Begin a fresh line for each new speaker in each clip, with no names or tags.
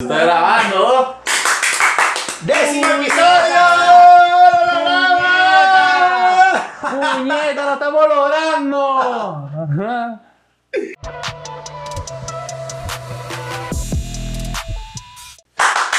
Está grabando.
¡Décimo episodio!
¡Puñeta, lo estamos logrando!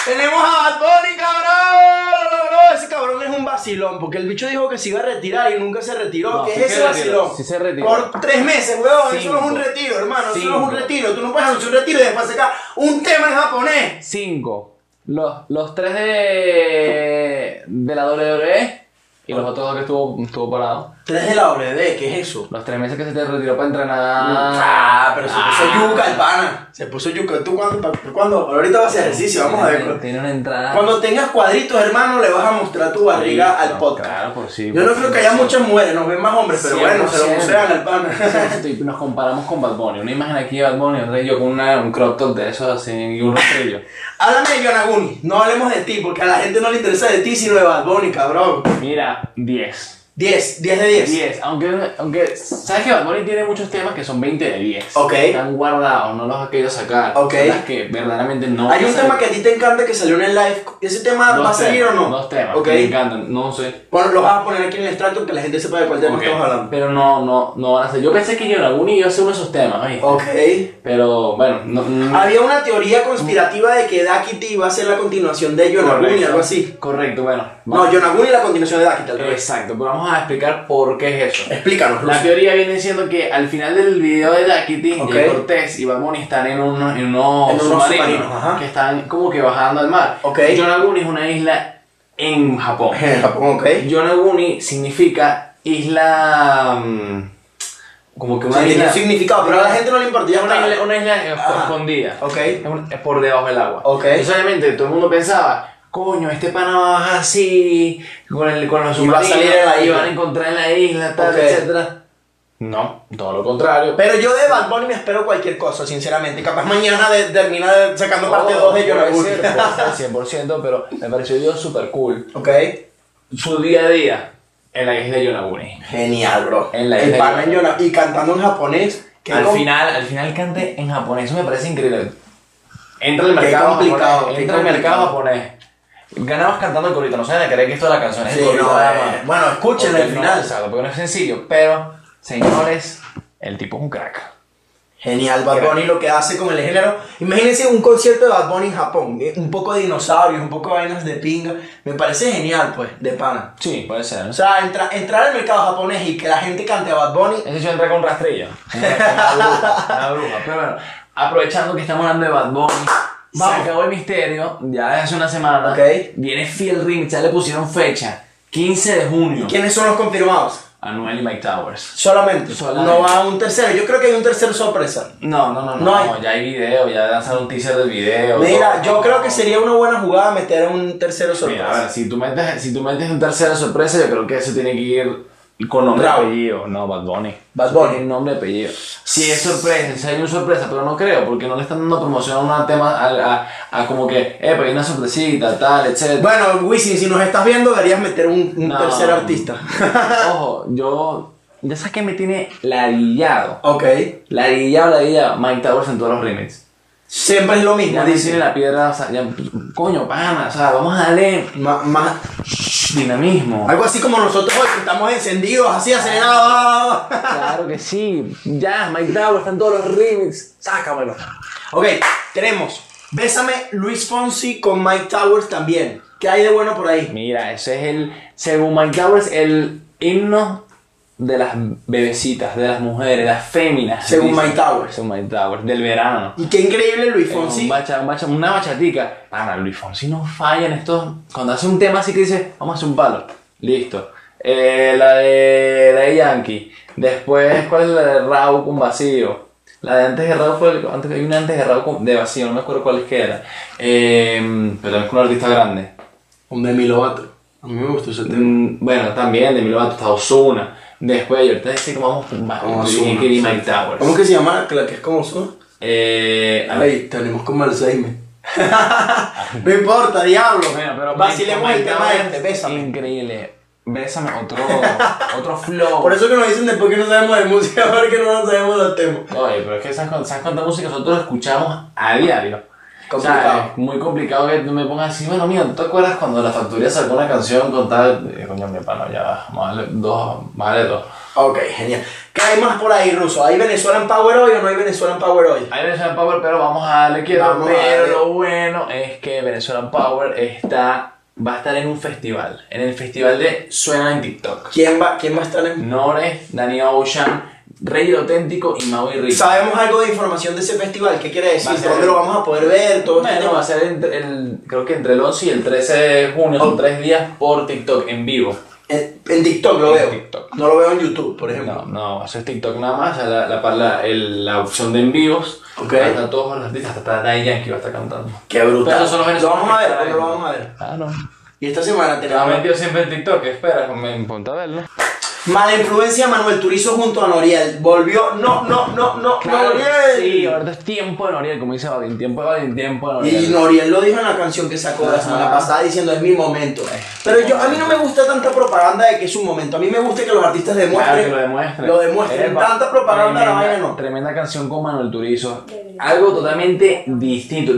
Tenemos a Bad Bunny, cabrón. Lo logró. Ese cabrón es un vacilón, porque el bicho dijo que se iba a retirar y nunca se retiró.
No,
¿Qué
sí
es
se
ese
retiró,
vacilón?
sí se retiró.
Por tres meses, weón. Eso no es un
Cinco.
retiro, hermano. Eso no es un
Cinco.
retiro. Tú no puedes hacer un retiro y después sacar un tema en japonés.
Cinco. Los, los tres de, de la WWE y los otros dos que estuvo, estuvo parado.
Tres de la OLD, ¿qué es eso?
Los tres meses que se te retiró para entrenar.
Ah, pero se puso
Ah.
yuca el pana. Se puso yuca. ¿Tú cuándo? pa- cuándo? Ahorita va a hacer ejercicio, vamos a ver.
Tiene una entrada.
Cuando tengas cuadritos, hermano, le vas a mostrar tu barriga
Sí,
al
no,
podcast.
Claro, por sí.
Yo no
por
creo
sí,
que haya
sí.
muchas mujeres, nos ven más hombres, pero bueno, se lo
100%.
musean al pana.
Sí, Nos comparamos con Bad Bunny. Una imagen aquí de Bad Bunny, otra de yo con una- un crop top de esos así y un rastrillo.
Háblame de Yonaguni, no hablemos de ti, porque a la gente no le interesa de ti, sino de Bad Bunny, cabrón.
Mira, 10.
10, 10 de 10.
10, aunque, aunque sabes que Bad Bunny tiene muchos temas que son 20 de 10.
Ok.
Están guardados, no los ha querido sacar.
Ok.
Son las que verdaderamente no.
Hay un
pasan.
tema que a ti te encanta que salió en el live. ¿Ese tema
Dos
va a salir
temas,
o no?
Dos temas.
Ok.
que Me encantan, no sé.
Bueno, los vas a poner aquí en el extracto que la gente sepa de cuál tema
Ok.
estamos hablando.
Pero no, no, no van a ser. Yo pensé que Yonaguni iba a ser uno de esos temas, oye.
Ok. Ah,
Pero bueno, no. no-
Había una teoría conspirativa de que Dakiti iba a ser la continuación de Yonaguni,
correcto.
algo así.
Correcto, bueno.
No, Yonaguni la continuación de Dakiti, al revés.
Exacto, pero vamos a explicar por qué es eso.
Explícanos,
La
Luz.
teoría viene siendo que al final del video de Dakiti, Jay
Ok.
Cortés y Bad Bunny están en unos, en unos
En unos
submarinos,
submarinos, ajá.
que están como que bajando al mar.
Ok.
Yonaguni es una isla en Japón.
En Japón, ok.
Yonaguni significa isla... mm, como que
Sí,
una
tiene
isla...
un significado, pero a la gente no le importa. Ya
una
está.
isla, una isla es-
Ajá.
escondida.
Ok.
Es un- es por debajo del agua.
Ok.
Entonces, obviamente, todo el mundo pensaba, coño, este pana baja así, con, el, con los
Y va a
submarinos,
salir en la
y
isla.
van a encontrar en la isla, tal,
Ok.
etcétera. No, todo lo contrario.
Pero yo de Bad Bunny me espero cualquier cosa, sinceramente. Capaz mañana de, termina de- sacando parte 2 de Yonaguni.
Oh, Puede ser, pues. puede ser, 100%, pero me pareció yo súper cool.
ok.
Su día a día en la isla de Yonaguni.
Genial, bro.
En la
el
isla
pana en
de
Yonaguni. Y cantando en japonés. Qué
Al
com-
final, al final cante en japonés, eso me parece increíble. Entra al
Qué
mercado
complicado,
japonés,
qué
entra al
complicado.
mercado japonés. Ganabas cantando el corito, no saben a creer que esto de la canción es
Sí,
el corito
no,
nada
eh,
más.
bueno, escúchenlo
Porque
al
no,
final.
exacto, porque no es sencillo, pero, señores, el tipo es un crack.
Genial, Bad Bunny lo que hace con el género. Imagínense un concierto de Bad Bunny en Japón. eh, Un poco de dinosaurios, un poco de vainas de pinga. Me parece genial, pues, de pana.
Sí, puede ser.
O sea, entra- entrar al mercado japonés y que la gente cante a Bad Bunny.
Ese yo entré con rastrillo. Una bruja, una bruja. Pero bueno, aprovechando que estamos hablando de Bad Bunny,
Vamos.
se acabó el misterio, ya desde hace una semana.
Ok.
Viene Fiel Ring, ya le pusieron fecha, 15 de junio.
¿Quiénes son los confirmados?
Anuel y Mike Towers.
Solamente.
Solamente.
No va un tercero. Yo creo que hay un tercero sorpresa.
No, no, no, no,
No hay.
ya hay video, ya lanzaron un teaser del video.
Mira,
todo.
yo creo que sería una buena jugada meter a un tercero
Mira, a ver,
sorpresa.
si tú metes, si tú metes un tercero sorpresa, yo creo que eso tiene que ir con nombre y
Bravo.
apellido. No, Bad Bunny.
Bad Bunny.
Tiene nombre y apellido. Si es sorpresa, si hay una sorpresa, pero no creo, porque no le están dando promoción a un tema, a, a- a como que, eh, pero hay una sorpresita, tal, etc.
Bueno, Wisin, si nos estás viendo, deberías meter un, un tercer artista.
Ojo, yo, ya sabes que me tiene ladillado.
ok.
Ladillado, ladillado. Mike Towers en todos los remixes.
Siempre es lo mismo.
Ya no tiene
Dice.
la piedra, o sea, ya, coño, pana, o sea, vamos a darle
Ma- ma-
dinamismo.
algo así como nosotros hoy, que estamos encendidos, así acelerados.
Claro que sí. Ya, Mike Towers, están todos los remix. Sácamelo.
ok, tenemos Bésame Luis Fonsi con Mike Towers también. ¿Qué hay de bueno por ahí?
Mira, ese es el, según Mike Towers, el himno de las bebecitas, de las mujeres, las féminas.
Según
dice.
Mike Towers.
Según Mike Towers, del verano.
Y qué increíble Luis
Es Eh, un
Fonsi.
bacha- un bacha- una bachatica. Para, Luis Fonsi no falla en estos. Cuando hace un tema así que dice, vamos a hacer un palo. Listo. Eh, la, de, la de Yankee. Después, ¿cuál es la de Raúl con vacío? La de antes de Raúl fue. el- Antes, hay una antes de Raúl con- de vacío, no me acuerdo cuál es que era. Eh, pero es con un artista grande.
Un Demi Lovato. A mí me gustó ese
Mm, bueno, también de Milovato está Ozuna. Después, yo ahorita sí que vamos.
Ozuna,
Vamos a
sí.
Mike Towers.
¿Cómo que se llama la que es como son?
Eh, a ver,
Ay, tenemos como Alzheimer. no importa, diablo.
Bueno, Pues pero
Vacilemos el tema este, bésame.
Increíble. Bésame otro, otro flow.
Por eso que nos dicen después que no sabemos de música, porque no nos sabemos los temas.
Oye, pero es que esas, con- esas cuantas músicas nosotros escuchamos a diario. O sea,
Complicado.
es muy complicado que tú me pongas así, bueno, mira, ¿tú te acuerdas cuando la factoría sacó una canción con tal? Eh, coño, mi pana, ya, va, más vale dos, más vale dos.
Ok, genial. ¿Qué hay más por ahí, Ruso? ¿Hay Venezuela en Power hoy o no hay Venezuela en Power hoy?
Hay Venezuelan Power, pero vamos a darle quiero.
Vamos a
pero
darle.
lo bueno es que Venezuelan Power está, va a estar en un festival, en el festival de Suena en TikTok.
¿Quién va, quién va a estar en...?
Nore, Dani Ocean, Rey del Auténtico y Maui Rico.
¿Sabemos algo de información de ese festival? ¿Qué quiere decir?
Mm. Va a ser-
¿Dónde lo vamos a poder ver? Todo este
Bueno,
tema.
va a ser entre el, creo que entre el 11 y el 13 de junio, son tres días por TikTok en vivo.
En, en TikTok lo
En
veo.
TikTok.
No lo veo en YouTube, por ejemplo.
No, no, eso es TikTok nada más, o sea, la, la, la- el- la opción de en vivos.
Ok.
Ahí Están todos los artistas, hasta Daddy Yankee va a estar cantando.
Qué brutal.
Pero eso solo
¿Lo vamos a ver
venezolanos.
o no lo vamos a ver?
Ah, no.
Y esta semana
Te la
tenemos...
metido siempre en TikTok, espera, me importa verlo.
Mala influencia Manuel Turizo junto a Noriel. Volvió... No, no, no, no, Noriel.
sí, ahorita es tiempo de Noriel, como dice Odin, tiempo de Odin, tiempo de
Y
Noriel.
Noriel lo dijo en la canción que sacó la
Ajá.
semana pasada diciendo es mi momento. Pero yo a mí no me gusta tanta propaganda de que es un momento. A mí me gusta que los artistas demuestren.
Claro que lo demuestren.
Lo demuestren.
Epa,
tanta propaganda la vaina no.
Tremenda canción con Manuel Turizo. Algo totalmente distinto,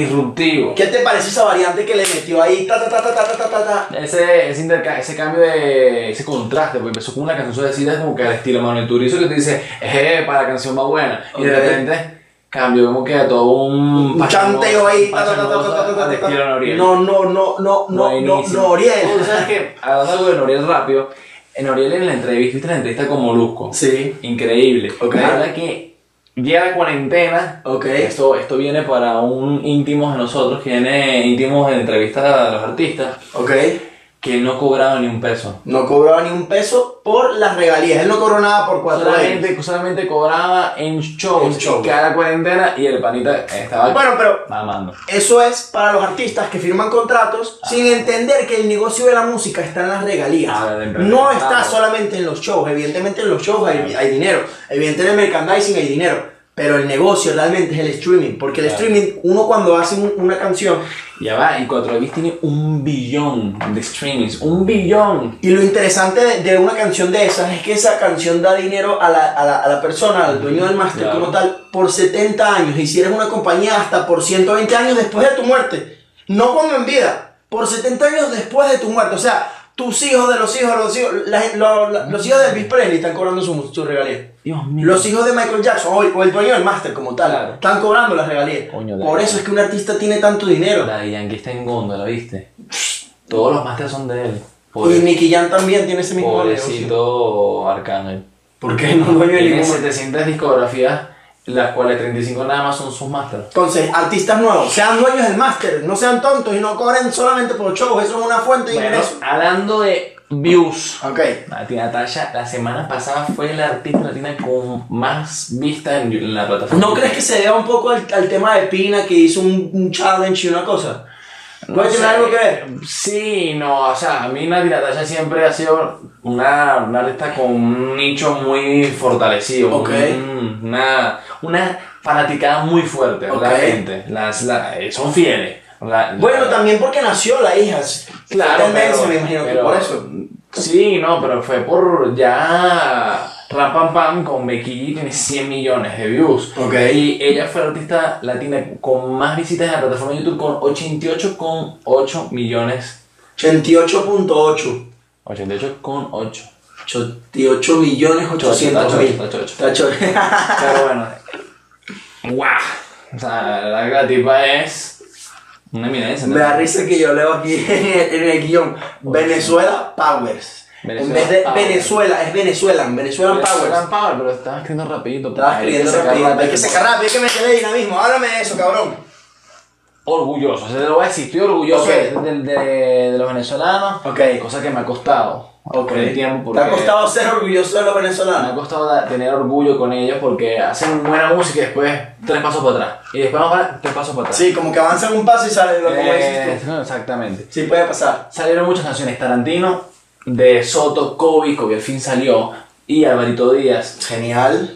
disruptivo.
¿Qué te parece esa variante que le metió ahí? Ta ta ta ta ta ta ta ta. ta?
Ese, ese, interca- ese cambio de. ese contraste, porque empezó con una canción suavecita, es como que al estilo Manuel Turizo, que te dice, eh, para la canción más buena. Y de
Ok.
repente, cambio, como que a todo un.
Un chanteo ahí. ta, ta, ta, ta, ta, ta, ta, ta,
al
ta.
estilo Noriel.
No, no, no, no, no, no,
Buenísimo. Uy,
Noriel.
¿Sabes qué? Hablando algo de Noriel rápido, en Noriel en la entrevista, ¿viste la entrevista con Molusco?
Sí.
Increíble.
Ok.
Habla que llega la cuarentena.
Ok.
Esto, esto viene para un íntimos de nosotros, que viene íntimos de entrevistas a los artistas,
Ok.
que no cobraban ni un peso.
No cobraba ni un peso por las regalías. Él no cobró nada por cuatro años.
Solamente, solamente cobraba en shows,
En shows.
y cada cuarentena y el panita estaba
Bueno, pero
mamando.
Eso es para los artistas que firman contratos sin entender que el negocio de la música está en las regalías.
Ah, del
no
emprendimiento.
está solamente en los shows. Evidentemente en los shows hay, hay dinero. Evidentemente en el merchandising hay dinero. Pero el negocio realmente es el streaming. Porque el
Claro.
streaming, uno cuando hace un- una canción
Ya va, y 4 tiene un billón de streamings, un billón.
Y lo interesante de, de una canción de esas es que esa canción da dinero a la, a la- a la persona, al dueño del máster
Claro.
como tal, por 70 años. Y si eres una compañía, hasta por 120 años después de tu muerte. No cuando en vida, por 70 años después de tu muerte. O sea, tus hijos de los hijos de los hijos, la- lo- la- los hijos de Elvis Presley están cobrando su, su regalía.
Dios mío.
Los hijos de Michael Jackson o el, o el dueño del máster como tal,
Claro.
están cobrando las regalías.
Coño,
por
dale.
eso es que un artista tiene tanto dinero.
Daddy Yankee está en góndola, ¿viste? Todos los masters son de él.
Y
Pobre,
Nicky Jam también tiene ese mismo negocio.
pobrecito Arcángel.
¿Por qué no dueño de
Tiene
ningún
700 discografías, las cuales 35 nada más son sus masters.
Entonces, artistas nuevos, sean dueños del máster, no sean tontos y no cobren solamente por shows, eso es una fuente de
Bueno,
ingresos.
hablando de views.
Ok.
Latina Natasha la semana pasada fue la artista latina con más vista en, en la plataforma.
¿No crees que se deba un poco al, al tema de Pina que hizo un, un challenge y una cosa? ¿Puede tener
sé.
algo que ver?
Sí, no, o sea, a mí Nati Natasha siempre ha sido una, una artista con un nicho muy fortalecido.
Ok.
un- una, una fanaticada muy fuerte,
Ok.
realmente. Las, la- eh, son fieles. La-
Bueno,
la-
también porque nació la hija.
Claro,
Tendencia,
pero-
me imagino que
pero-
por eso.
Sí, no, pero fue por ya. Ram Pam Pam con Becky G tiene 100 millones de views.
Ok.
Y ella fue la artista latina con más visitas en la plataforma de YouTube con 88,8 millones.
88.8.
88,8.
88 millones 800 mil.
88.
Tacho.
Pero bueno. ¡Guau! O sea, la verdad que la tipa es una eminencia. ¿no?
Me da risa que yo leo aquí en el, en el guión Venezuela Powers. en
Venezuela
vez de
Powers.
Venezuela, es Venezuela, Venezuela
Pero
Powers.
Gran Power, pero estaba escribiendo rapidito. pues,
Estaba escribiendo
Hay que sacar
rápido.
rápido.
Hay que sacar rápido, hay que meterle dinamismo. Háblame de eso, cabrón.
Orgulloso, o sea, te lo voy a decir, estoy orgulloso
Ok.
de, de- de los venezolanos.
Ok.
Cosa que me ha costado. con el tiempo
Te
porque
ha costado ser orgulloso de los
Me ha
venezolanos.
costado da- tener orgullo con ellos porque hacen buena música y después tres pasos para atrás. Y después vamos para tres pasos para atrás.
Sí, como que avanzan un paso y salen lo como
Eh,
dices tú.
no, exactamente.
Sí, puede pasar.
Salieron muchas canciones. Tarantino, de Soto, Kobe, Kobe al fin salió. Y Alvarito Díaz.
Genial.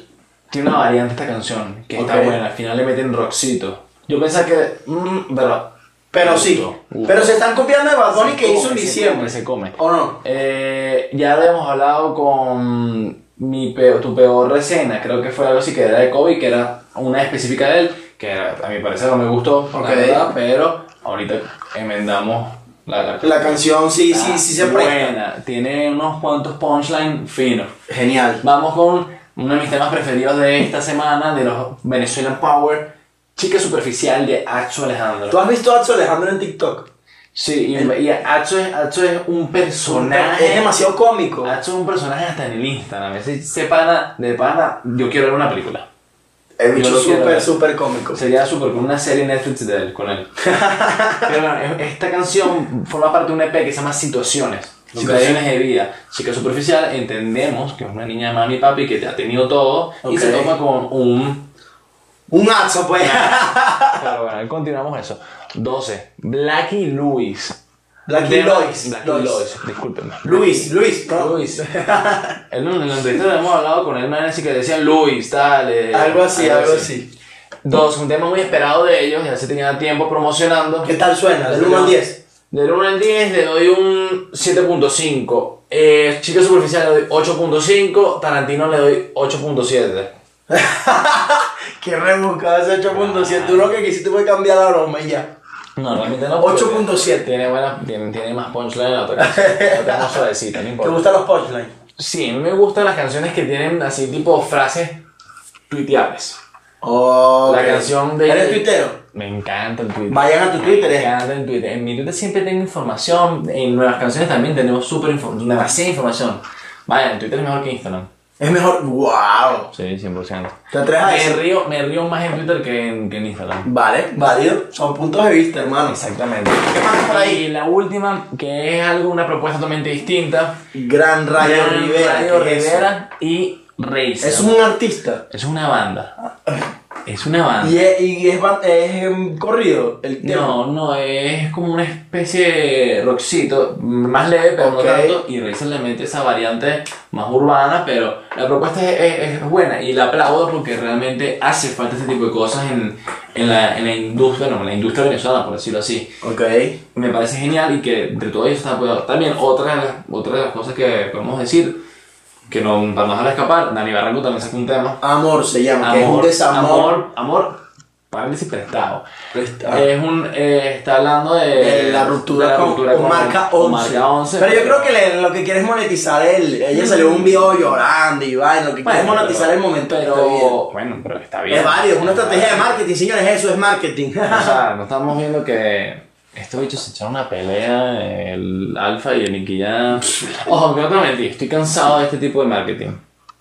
Tiene una variante esta canción que está
Ok.
buena. Al final le meten rockcito. Yo pensaba que. mm, pero.
Pero sí.
Uh.
Pero se están copiando de Bad Bunny
Se
que hizo en
come, se
diciembre.
come, Se come.
¿O no?
Eh, ya lo hemos hablado con mi peor, tu peor recena, creo que fue algo así que era de Kobe, que era una específica de él, que a mi parecer no me gustó, la
Ok.
verdad, pero ahorita emendamos la canción.
La canción sí,
Ah,
sí, sí se presta.
Buena, tiene unos cuantos punchline finos.
Genial.
Vamos con uno de mis temas preferidos de esta semana, de los Venezuelan Power, Chica Superficial de Acho Alejandro.
¿Tú has visto a Atzo Alejandro en TikTok?
Sí, y, y Acho, es, Acho es un personaje. Ah,
Es demasiado cómico.
Acho es un personaje hasta en el Instagram. Ese, ese pana, de pana, yo quiero ver una película.
Es
Yo
bicho
lo quiero ver.
súper, súper cómico.
Sería súper con una serie Netflix de él, con él. Pero bueno, es- esta canción forma parte de un EP que se llama Situaciones. Situaciones de vida. Chica superficial, entendemos que es una niña de mami y papi que te ha tenido todo y se
Ok.
toma con un...
Un Atzo, pues.
Pero bueno, continuamos eso. 12. Blackie Lewis.
Blackie
Tema-
Lois.
Blackie
Lois.
Lois, discúlpenme.
Luis, Luis, bro.
Luis. En un- en la entrevista hemos hablado con el manager que decía Luis, tal. eh,
Algo así, algo así.
Dos, un tema muy esperado de ellos, ya se tenía tiempo promocionando.
¿Qué tal suena? Del 1 al 10.
Del 1 al 10 le doy un 7.5. Eh, Chica Superficial le doy 8.5. Tarantino le doy 8.7.
Qué rebuscado ese 8.7. Tú lo que quisiste fue cambiar la broma y ya.
No, realmente no.
8.7.
Tiene, buena, tiene, tiene más punchline la otra canción. La otra es más suavecita, no
¿Te
importa.
gustan los punchlines?
Sí, a mí me gustan las canciones que tienen así tipo frases tuiteables.
Oh,
La canción de.
¿Eres tuitero?
Me encanta el Twitter.
Vayan a tu Twitter.
Me
eh.
encanta el Twitter. En mi Twitter siempre tengo información. En nuevas canciones también tenemos súper info- demasiada información. Vaya, en Twitter es mejor que Instagram.
Es mejor. ¡Wow!
Sí, 100%.
¿Te atreves a
Me
eso?
río, me río más en Twitter que en, que en Instagram.
Vale, válido. Son puntos de vista, hermano.
Exactamente.
¿Qué más por ahí?
Y la última, que es algo, una propuesta totalmente distinta.
Gran Rayo
Gran
Rivera.
Radio
¿qué es eso?
Rivera y Reis.
Es un artista.
Es una banda. Es una banda.
Y es, y es, ban- es, em, corrido el tema.
No, no, es como una especie de rockcito, más leve, pero
Ok.
no tanto. Y Reis le mete esa variante más urbana, pero la propuesta es, es- es buena y la aplaudo porque realmente hace falta este tipo de cosas en, en la, en la industria, no, en la industria venezolana, por decirlo así.
Ok.
me parece genial y que entre todo ellos está apoyado. También otra de, las, otra de las cosas que podemos decir, que no, para no dejar escapar, Dani Barranco también sacó un tema.
Amor se llama, que es un desamor.
amor, amor, parálisis prestado.
Prestado.
Es un, eh, está hablando de,
Ah. De eh, la
de
ruptura
la
con,
ruptura
con marca 11.
con Marca 11.
Pero yo creo que le- lo que quiere es monetizar él. Ella salió un video llorando y vaina. Lo que quiere es
Mm. Bueno,
monetizar
pero-
el momento.
pero,
de vida.
bueno, pero está bien.
Es válido, es una estrategia de marketing, señores. Eso es marketing.
O sea, no estamos viendo que estos bichos se echaron una pelea, el alfa y el inquillán. Ojo, que no te voy a mentir, estoy cansado de este tipo de marketing.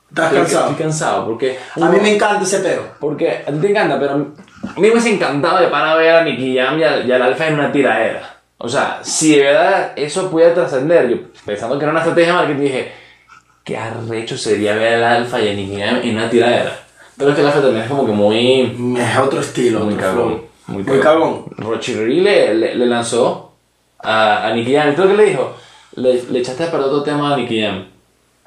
Estás
Estoy-
cansado.
Estoy cansado porque.
A mí me encanta ese peo.
Porque a ti te encanta, pero a mí me hubiese encantado de pana ver a Nicky Jam y al, y al Alfa en una tiradera. O sea, si de verdad eso pudiera trascender, yo pensando que era una estrategia de marketing, dije, qué arrecho sería ver al Alfa y a Nicky Jam en una tiradera. Pero es que el Alfa también es como que muy.
Es otro estilo.
Muy
otro
cagón.
flow. Muy cagón.
Rochirri le, le, le lanzó a, a Nicky Jam. ¿Y tú qué le dijo? Le, le echaste a perder otro tema a Nicky Jam.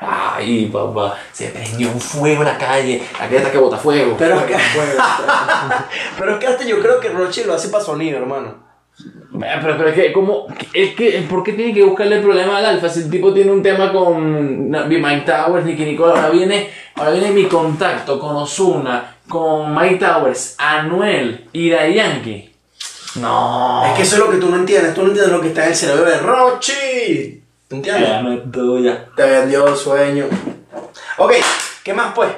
Ay, papá, se prendió un fuego en la calle. Aquí está que bota fuego.
Pero es que,
fuego,
pero es que hasta yo creo que Rochi lo hace para sonido, hermano.
Eh, Pero, pero es que, ¿cómo? Es que, ¿por qué tiene que buscarle el problema al alfa? Si el tipo tiene un tema con na- Be Mike Towers, Nicky Nicole, ahora viene, ahora viene mi contacto con Osuna, con Mike Towers, Anuel y Daddy Yankee. No.
Es que eso es lo que tú no entiendes. Tú no entiendes lo que está en el cerebro de Rochi. ¿Tú entiendes?
Ya me doy ya.
Te vendió sueño. Ok, ¿qué más pues?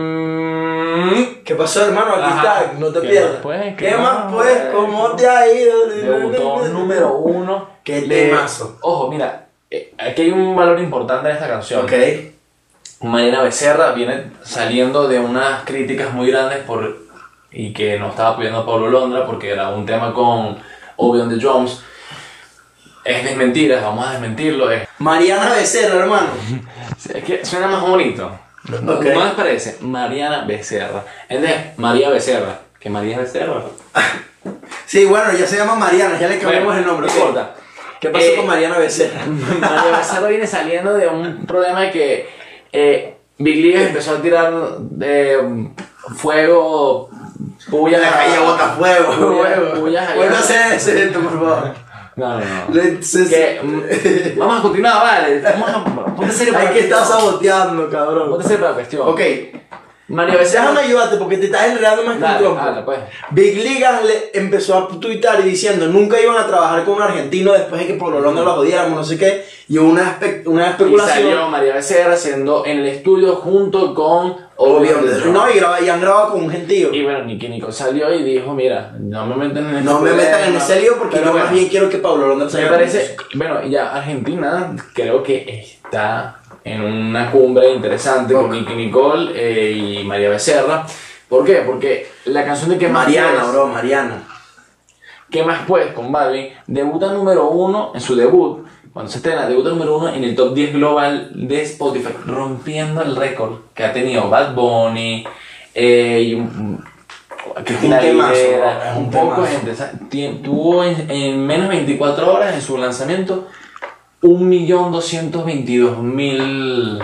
Em,
¿Qué pasó, hermano? Aquí
Ajá.
está, no te
¿Qué
pierdas.
más, pues?
¿Qué,
¿Qué más,
más pues?
pues?
¿Cómo te ha ido?
Debutó número uno.
Qué
Le-
temazo.
Ojo, mira, eh, aquí hay un valor importante en esta canción.
Ok.
Marina Becerra viene saliendo de unas críticas muy grandes por y que no estaba apoyando a Pablo Londra porque era un tema con Obi on the Jones. Es desmentiras, vamos a desmentirlo. Es,
Mariana Becerra, hermano.
es que suena más bonito. ¿No
Ok.
¿Cómo les parece? Mariana Becerra. Es de María Becerra. ¿Que María Becerra?
Sí, bueno, ya se llama Mariana, ya le cambiamos
Bueno,
el nombre.
No
ok.
importa.
¿Qué pasó
Eh,
con Mariana Becerra?
María Becerra viene saliendo de un problema de que eh, Big League empezó a tirar eh, fuego, puya
La calle bota fuego, huevo.
Puya,
Vuelve a hacer ese esto, por favor.
No, no, no.
Le- se-
Que, mm, vamos a continuar, vale. Vamos a, ponte serio para
Hay
la
que estar
cuestión.
saboteando, cabrón.
Ponte serio para la cuestión.
Ok.
Mario Becerra.
Déjame ayudarte porque te estás enredando más que un
Dale,
trompo.
dale, pues.
Big Ligas le empezó a tuitar y diciendo nunca iban a trabajar con un argentino después de que por Londres lo jodiéramos, no sé qué. Y hubo una, espe- una
Y
especulación.
salió María Becerra haciendo en el estudio junto con Obi-Wan
Obvio,
Delgado.
no, y, graba- y han grabado con un gentío.
Y bueno, Nicky Nicole salió y dijo, mira, no me meten en este
No me metan en ese lío porque
Pero
yo
bueno,
más bien quiero que Pablo Londres
Me parece, bueno, ya Argentina creo que está en una cumbre interesante
Ok.
con Nicky Nicole eh, y María Becerra. ¿Por qué? Porque la canción de que
Mariana, bro, Mariana.
¿Qué más pues con Balvin? Debuta número uno en su debut, cuando se estrena, debuta número uno en el top 10 global de Spotify, rompiendo el récord que ha tenido Bad Bunny, eh, y un, Cristina
Un temazo,
Aguilera,
es un
un poco de
temazo.
gente. o sea, tien- tuvo en, en menos de 24 horas en su lanzamiento 1.222.000 views.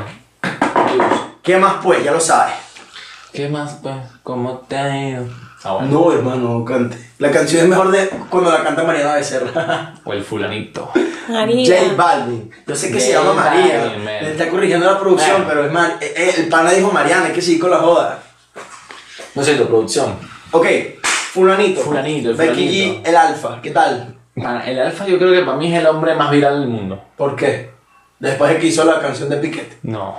¿Qué más pues? Ya lo sabes.
¿Qué más pues? ¿Cómo te ha ido? Ah, bueno.
No, hermano, no cante. La canción es mejor de cuando la canta Mariana Becerra.
O el fulanito.
J
María.
Balvin. Yo sé que se
J
llama María.
Balvin, man.
Le está corrigiendo la producción,
Bueno.
pero es mal. eh, eh, El pana dijo Mariana, hay que seguir con la joda.
No sé, tu producción.
Ok, fulanito.
Fulanito, el
Becky
fulanito.
G, el alfa. ¿Qué tal?
Para- el Alfa yo creo que para mí es el hombre más viral del mundo.
¿Por qué? Después de que hizo la canción de Piquete.
No.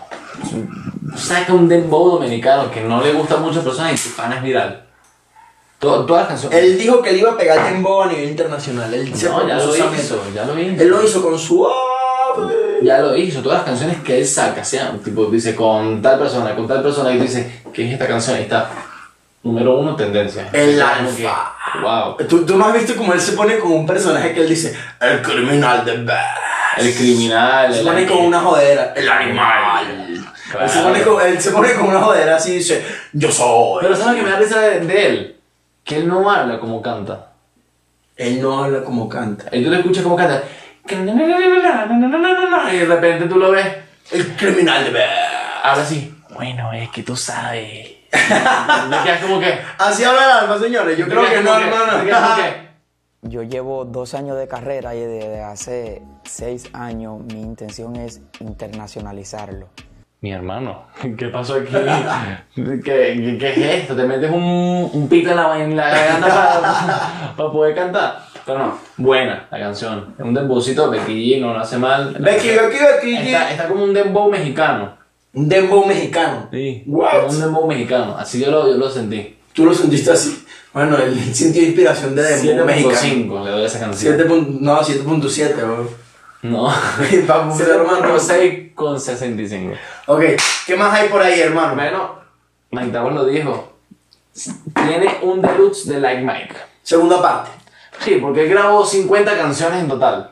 Saca un dembow dominicano que no le gusta a muchas personas y su fan es viral. To- todas las canciones.
Él dijo que le iba a pegar tembo a nivel internacional. Él se
no, ya
propuso
lo
esa meta.
hizo, ya lo hizo.
Él lo hizo con suave.
Ya lo hizo. Todas las canciones que él saca, sean, tipo, dice con tal persona, con tal persona, y dice, ¿qué es esta canción? Y está número uno tendencia.
El
O sea, como
Alfa.
que, Wow.
¿Tú, tú me has visto como él se pone como un personaje que él dice, el criminal de Bass.
El criminal.
Se
el
pone
ángel.
con una jodera. El animal.
Claro.
Él, se pone con, él se pone con una jodera así y dice, yo soy.
Pero ¿sabes lo que me da risa de, de él? Que él no habla como canta.
él no habla como canta.
Y tú lo escuchas como canta. Y de repente tú lo ves.
El criminal de Bass.
Ahora sí. Bueno, es que tú sabes. Me quedas como que.
Así habla el alma, señores. Yo creo que no, hermano.
Yo llevo dos años de carrera y desde hace seis años mi intención es internacionalizarlo.
Mi hermano, ¿qué pasó aquí? ¿Qué, qué, qué es esto? ¿Te metes un, un pito en la, en la garganta para, para poder cantar? Pero no, buena la canción. Es un dembowcito, Becky G, no lo hace mal.
Becky, Becky, Becky.
Está, está como un dembow mexicano.
Un dembow mexicano.
Como
What?
un dembow mexicano. Así yo lo, yo lo sentí.
Tú lo sentiste así. Bueno, él sintió inspiración de dembow mexicano.
7.5 le doy a esa canción.
7. No, 7.7, bro.
No.
Papu,
Se
hermano.
hermano 6 con 65.
Ok, ¿qué más hay por ahí, hermano?
Bueno, Mike Towers lo dijo. Tiene un deluxe de Like Mike.
Segunda parte.
Sí, porque él grabó 50 canciones en total.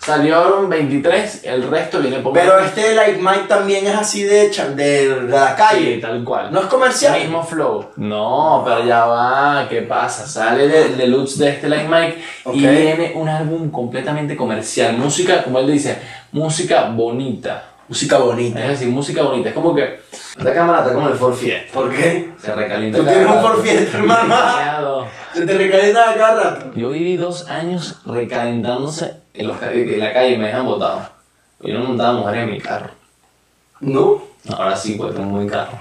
Salieron 23, el resto viene por
Pero este Like Mike también es así de, chan- de, de la calle.
Sí, tal cual.
No es comercial.
Mismo flow. No, pero ya va, ¿qué pasa? Sale de- el deluxe de este Like Mike y
Ok.
viene un álbum completamente comercial. Música, como él dice, música bonita.
Música bonita.
Es decir, música bonita. Es como que la cámara está como el Ford Fiesta.
¿Por qué?
Se recalienta.
Tú
cada
tienes un
rato.
por fiesta, hermano.
Demasiado.
Se te recalienta cada rato.
Yo viví dos años recalentándose en, los ca- en la calle y me dejan botado. Yo no montaba mujeres en mi carro.
¿No?
Ahora sí, porque tengo muy carro.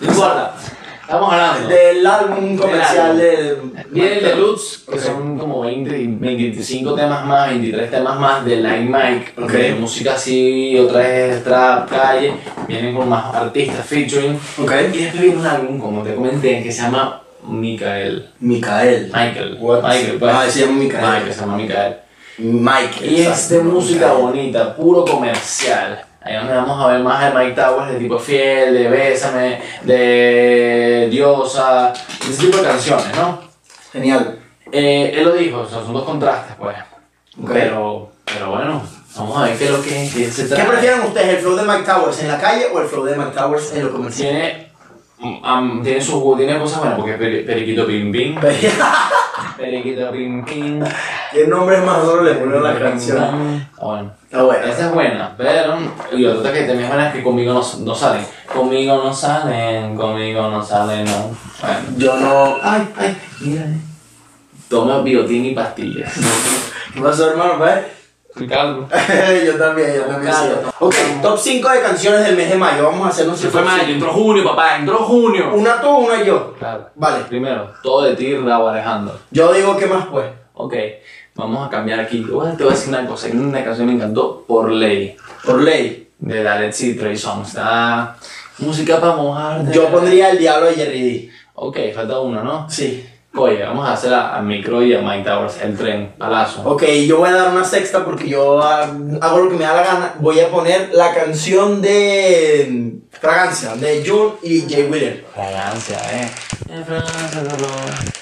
No importa. Estamos hablando.
Del álbum comercial
álbum.
de.
Y el deluxe, que
Ok.
son como 20, y 25 temas más, 23 temas más de Line Mike,
Ok.
de música así, otra vez trap, calle, vienen con más artistas featuring.
Ok.
Y después viene un álbum, como te comenté, que se llama Micael.
Micael.
Michael.
What?
Michael, pues.
Ah, se llama Micael.
Michael, se llama Micael.
Michael.
Y es
exacto,
de música
Micael.
bonita, puro comercial. Ahí donde vamos a ver más de Mike Towers, de tipo fiel, de Bésame, de Diosa, de ese tipo de canciones, ¿no?
Genial.
Eh, él lo dijo, o sea, son dos contrastes, pues. Pero, pero bueno, vamos a ver qué es lo que es, qué se
¿Qué
trata.
prefieren ustedes, el flow de Mike Towers en la calle o el flow de Mike Towers en lo comercial?
Tiene, mm, am- tiene su, tiene cosas buenas, porque peri- Periquito Pim Pim, Periquito Pim Pim.
¿Qué nombre más duro le ponen a la canción?
Ah, Bueno.
Está bueno.
Esa es buena, pero. Y otra que también es buena es que conmigo no, no salen. Conmigo no salen, conmigo no salen, no. Bueno.
Yo no.
Ay, ay, mira. Toma biotín y pastillas.
¿Qué pasó, hermano? ¿Ves?
Fui calvo.
yo también, yo también. sí. Ok, top 5 de canciones del mes de mayo. Vamos a hacer un
Se fue mayo, entró junio, papá, entró junio.
Una tú, una yo.
Claro.
Vale.
Primero, todo de ti, Raúl Alejandro.
Yo digo que más pues.
Ok, vamos a cambiar aquí. Bueno, te voy a decir una cosa. Hay Una canción que me encantó, Por Ley,
Por ley.
de la Let's Trey Songz. Está música para mojar.
Yo pondría el diablo de Jerry D.
Ok, falta uno, ¿no?
Sí.
Oye, vamos a hacer a, a Micro y a Mike Towers, el tren, palazo.
Ok, yo voy a dar una sexta porque yo ah, hago lo que me da la gana. Voy a poner la canción de em, mm, Fragancia, de June y Jay Wheeler.
Fragancia, eh. En Francia, dolor.